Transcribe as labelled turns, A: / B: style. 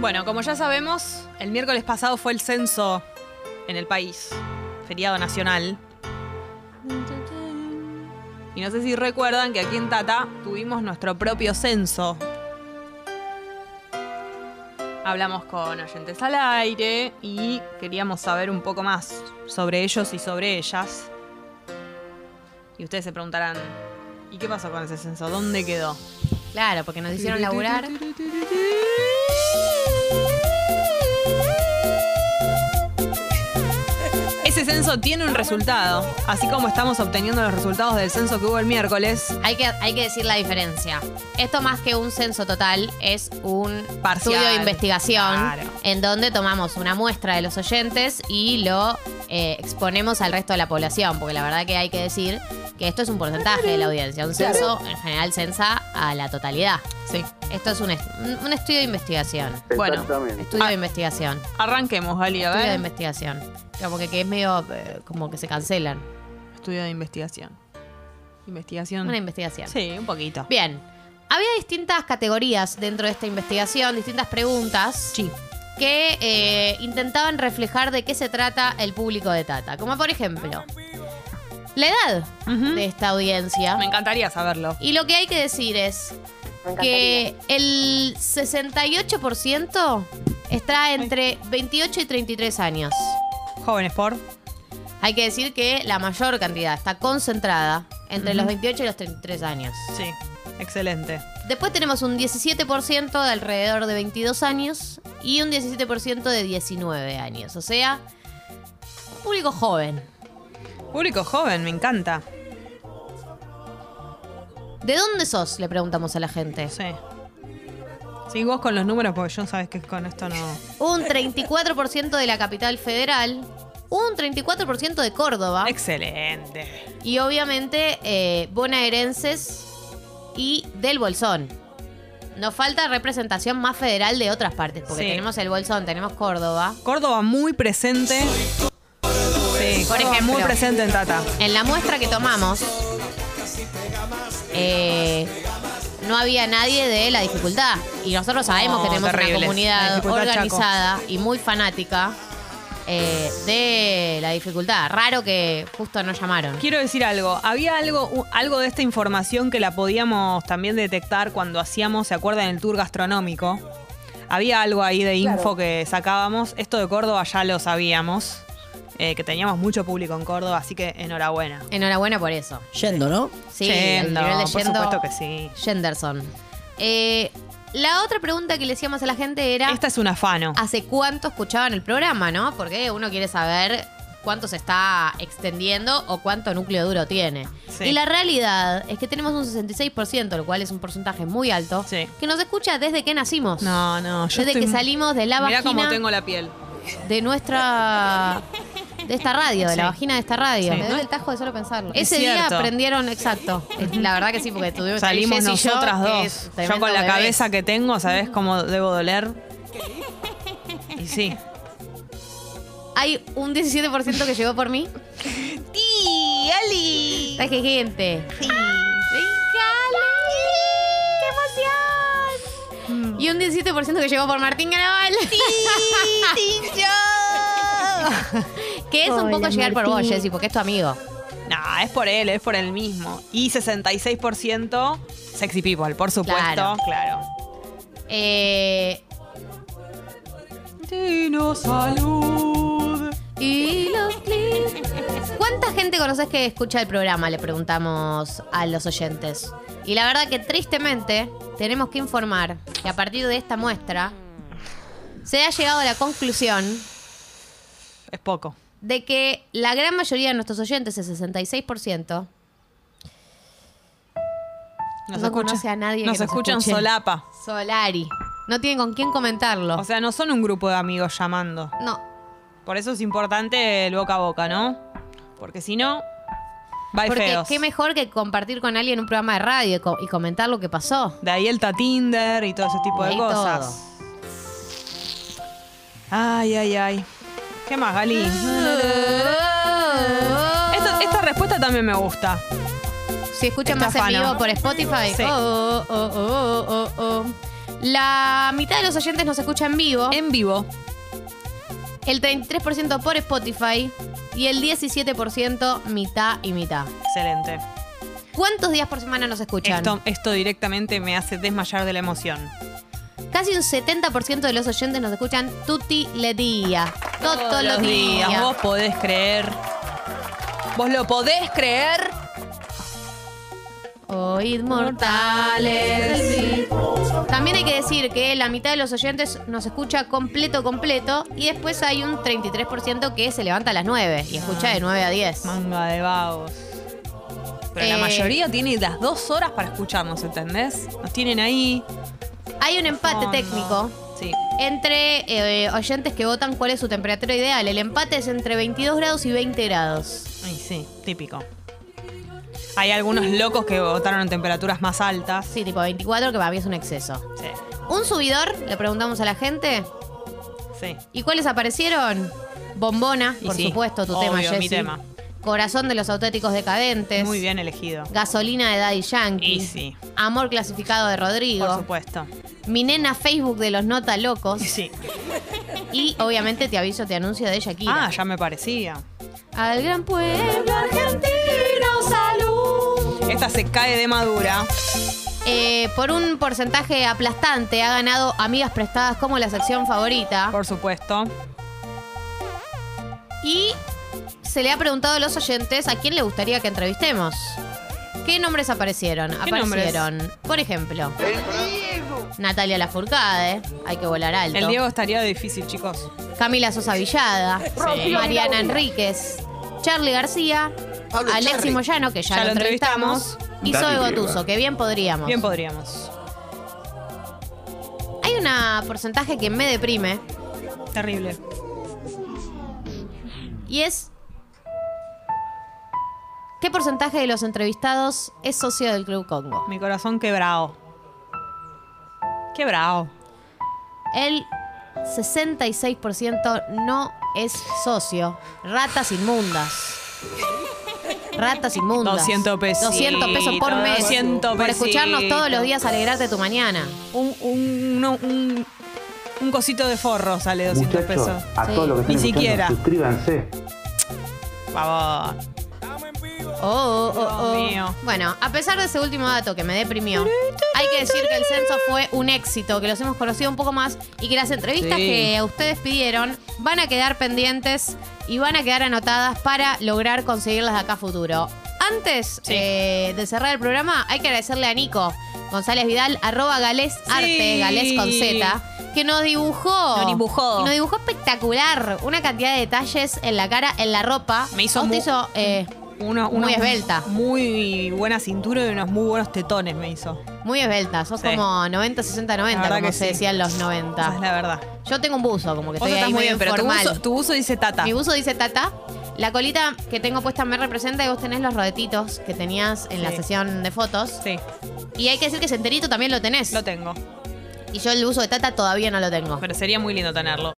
A: Bueno, como ya sabemos, el miércoles pasado fue el censo en el país, feriado nacional. Y no sé si recuerdan que aquí en Tata tuvimos nuestro propio censo. Hablamos con oyentes al aire y queríamos saber un poco más sobre ellos y sobre ellas. Y ustedes se preguntarán, ¿y qué pasó con ese censo? ¿Dónde quedó?
B: Claro, porque nos hicieron laburar.
A: Ese censo tiene un resultado, así como estamos obteniendo los resultados del censo que hubo el miércoles,
B: Hay que, hay que decir la diferencia. Esto más que un censo total es un
A: Parcial,
B: estudio de investigación
A: claro.
B: en donde tomamos una muestra de los oyentes y lo eh, exponemos al resto de la población, porque la verdad que hay que decir que esto es un porcentaje de la audiencia. Un censo, en general, censa a la totalidad.
A: sí.
B: Esto es un, est- un- un estudio de investigación.
A: Bueno,
C: Exactamente.
B: Estudio
A: Ah.
B: de investigación.
A: Arranquemos, Gali, a
B: Estudio de
A: ver.
B: investigación. Como que, que es medio eh, como que se cancelan.
A: Estudio de investigación. Investigación.
B: Una investigación.
A: Sí, un poquito.
B: Bien. Había distintas categorías dentro de esta investigación, distintas preguntas
A: Sí.
B: que eh, intentaban reflejar de qué se trata el público de Tata. Como por ejemplo, la edad
A: Ujú.
B: de esta audiencia.
A: Me encantaría saberlo.
B: Y lo que hay que decir es que el 68% está entre 28 y 33 años.
A: Jóvenes por.
B: Hay que decir que la mayor cantidad está concentrada entre
A: Ujú.
B: los 28 y los 33 años.
A: Sí. Excelente.
B: Después tenemos un 17% de alrededor de 22 años y un 17% de 19 años. O sea, un público joven.
A: Público joven, me encanta.
B: ¿De dónde sos? Le preguntamos a la gente.
A: Sí. Sí, vos con los números, porque yo sabes que con esto no.
B: Un 34% de la capital federal. Un 34% de Córdoba.
A: Excelente.
B: Y obviamente eh, bonaerenses y del Bolsón. Nos falta representación más federal de otras partes, porque
A: Sí.
B: tenemos el Bolsón, tenemos Córdoba.
A: Córdoba muy presente. Sí,
B: Por
A: Córdoba
B: ejemplo.
A: muy presente en Tata.
B: En la muestra que tomamos, eh, no había nadie de la dificultad. Y nosotros sabemos
A: No,
B: que tenemos
A: terribles.
B: una
A: La
B: comunidad
A: dificultad, Chaco.
B: organizada y muy fanática eh, de la dificultad. Raro que justo nos llamaron.
A: Quiero decir algo. Había algo, u- algo de esta información que la podíamos también detectar cuando hacíamos, ¿se acuerdan? El tour gastronómico. Había algo ahí de info que sacábamos. Esto de Córdoba ya lo sabíamos. eh, que teníamos mucho público en Córdoba, así que enhorabuena.
B: Enhorabuena por eso.
D: Yendo, ¿no?
B: Sí,
A: Yendo,
B: el nivel de
A: por
B: yendo-
A: supuesto que sí.
B: Yenderson. Eh, la otra pregunta que le hacíamos a la gente era...
A: Esta es un afano.
B: hace cuánto escuchaban el programa, ¿no? Porque uno quiere saber cuánto se está extendiendo o cuánto núcleo duro tiene.
A: Sí.
B: Y la realidad es que tenemos un 66%, lo cual es un porcentaje muy alto,
A: Sí.
B: que nos escucha desde que nacimos.
A: No, no, yo
B: desde
A: estoy-
B: que salimos de la
A: Mirá cómo
B: vagina
A: tengo la piel.
B: de nuestra... De esta radio, de la
A: Sí.
B: vagina de esta radio.
A: Sí. Me duele el
B: tajo de solo pensarlo. Ese
A: Es
B: día
A: cierto.
B: aprendieron, exacto. Eh, La verdad que sí, porque tuvimos
A: Salimos
B: Jess y yo,
A: nosotras
B: que
A: dos.
B: es
A: Yo
B: tremendo
A: con la
B: bebé.
A: cabeza que tengo, ¿sabes cómo debo doler? Y sí.
B: Hay un 17% que llegó por mí.
E: ¡Sí, Ali!
B: Está que gente.
E: Sí.
B: ¡Qué emoción! Y un 17% que llegó por Martín Garabal,
E: ¡Sí, yo!
B: que es un poco llegar por vos, Jessy, porque es tu amigo.
A: Nah, es por él, es por él mismo. Y 66% sexy people, por supuesto.
B: Claro.
A: Claro.
B: Eh,
A: salud.
B: y los clips. ¿Cuánta gente conoces que escucha el programa? Le preguntamos a los oyentes. Y la verdad que tristemente tenemos que informar que a partir de esta muestra se ha llegado a la conclusión
A: Es poco.
B: de que la gran mayoría de nuestros oyentes, el 66%,
A: Nos
B: No
A: escucha-
B: conoce a nadie
A: Nos
B: que nos
A: escuchan
B: escuche.
A: solapa.
B: Solari, no tienen con quién comentarlo.
A: O sea, no son un grupo de amigos llamando.
B: no,
A: Por eso es importante el boca a boca, ¿no? Porque si no, va y
B: porque
A: feos.
B: qué mejor que compartir con alguien un programa de radio y, co- y comentar lo que pasó.
A: De ahí el Tinder y todo ese tipo
B: De
A: de
B: ahí
A: cosas. Ay, ay, ay. ¿Qué más, Gali? Esta, esta respuesta también me gusta.
B: Si escuchan
A: Esta
B: más en
A: afano.
B: vivo por Spotify.
A: Sí.
B: oh, oh, oh, oh, oh, oh, oh. La mitad de los oyentes nos escucha en vivo,
A: En vivo.
B: el 33% por Spotify y el 17% mitad y mitad.
A: Excelente.
B: ¿Cuántos días por semana nos escuchan?
A: Esto, esto directamente me hace desmayar de la emoción.
B: Casi un 70% de los oyentes nos escuchan tutti le día. Todos, los días.
A: Vos podés creer. Vos lo podés creer.
B: Oíd mortales. También hay que decir que la mitad de los oyentes nos escucha completo, completo. Y después hay un 33% que se levanta a las 9 y escucha de 9 a 10.
A: Manga de vagos. Pero la
B: Eh.
A: mayoría tiene las dos horas para escucharnos, ¿entendés? Nos tienen ahí.
B: Hay un empate
A: fondo.
B: técnico
A: Sí.
B: entre eh, oyentes que votan cuál es su temperatura ideal. El empate es entre 22 grados y 20 grados.
A: Ay, sí, típico. Hay algunos locos que votaron en temperaturas más altas.
B: Sí, tipo 24, que para mí es un exceso.
A: Sí.
B: ¿Un subidor? Le preguntamos a la gente.
A: Sí.
B: ¿Y cuáles aparecieron? Bombona,
A: Y
B: por
A: sí,
B: supuesto, tu
A: obvio,
B: tema,
A: mi
B: Jessy.
A: tema.
B: Corazón de los auténticos decadentes.
A: Muy bien elegido.
B: Gasolina de Daddy Yankee.
A: Y sí.
B: Amor clasificado de
A: Por
B: Rodrigo.
A: supuesto.
B: Mi nena Facebook de los Nota Locos.
A: Y sí.
B: Y obviamente te aviso, te anuncio de Shakira.
A: Ah, ya me parecía.
B: Al gran pueblo argentino, salud.
A: Esta se cae de madura.
B: Eh, por un porcentaje aplastante ha ganado Amigas Prestadas como la sección favorita.
A: Por supuesto.
B: Y se le ha preguntado a los oyentes a quién le gustaría que entrevistemos. ¿Qué nombres aparecieron?
A: ¿Qué
B: aparecieron, por ejemplo, Natalia Lafourcade, hay que volar alto.
A: El Diego estaría difícil, chicos.
B: Ah. Camila Sosa Villada, Mariana Enríquez, Charlie García,
C: Pablo
B: Alexi
C: Charri.
B: Moyano, que
A: Ya
B: ya, lo
A: lo
B: entrevistamos, y
C: Dani
B: Zoe
C: Riva.
B: Gotuso, que bien podríamos.
A: Bien podríamos.
B: Hay un porcentaje que me deprime
A: Terrible.
B: y es. ¿Qué porcentaje de los entrevistados es socio del Club Congo?
A: Mi corazón quebrado. Quebrado.
B: El 66% no es socio. Ratas inmundas. Ratas inmundas.
A: 200 pesitos.
B: 200 pesos por mes.
A: 200
B: por escucharnos
A: pesitos.
B: todos los días alegrarte tu mañana.
A: Un, un, no, un, un cosito de forro sale 200
D: Muchachos,
A: pesos.
D: a
B: Sí.
D: todos los que
A: Ni
D: están escuchando,
A: siquiera.
D: suscríbanse.
A: Vamos.
B: Oh, oh, oh, oh.
A: Dios mío.
B: Bueno, a pesar de ese último dato que me deprimió, hay que decir que el censo fue un éxito, que los hemos conocido un poco más y que las entrevistas
A: Sí.
B: que ustedes pidieron van a quedar pendientes y van a quedar anotadas para lograr conseguirlas de acá a futuro. Antes
A: Sí.
B: eh, de cerrar el programa, hay que agradecerle a Nico González Vidal, arroba Gales Arte,
A: Sí.
B: Gales con Z, que nos dibujó.
A: Nos dibujó.
B: Nos dibujó espectacular. Una cantidad de detalles en la cara, en la ropa.
A: Me hizo
B: ¿A vos te
A: mu-
B: hizo, eh,
A: Uno,
B: Muy
A: unos
B: esbelta.
A: Muy buena cintura y unos muy buenos tetones me hizo.
B: Muy esbelta, sos
A: Sí.
B: como 90, 60, 90,
A: La verdad
B: como
A: que
B: se
A: sí.
B: decía en los
A: Esa es
B: 90.
A: la verdad.
B: Yo tengo un buzo, como que
A: Vos
B: estoy
A: estás
B: ahí
A: muy
B: medio
A: bien, pero tu
B: informal.
A: buzo, tu buzo dice tata.
B: Mi buzo dice tata. La colita que tengo puesta me representa y vos tenés los rodetitos que tenías en la
A: Sí.
B: sesión de fotos.
A: Sí,
B: Y hay que decir que senderito también lo tenés.
A: lo tengo.
B: y yo el buzo de tata todavía no lo tengo.
A: Pero sería muy lindo tenerlo.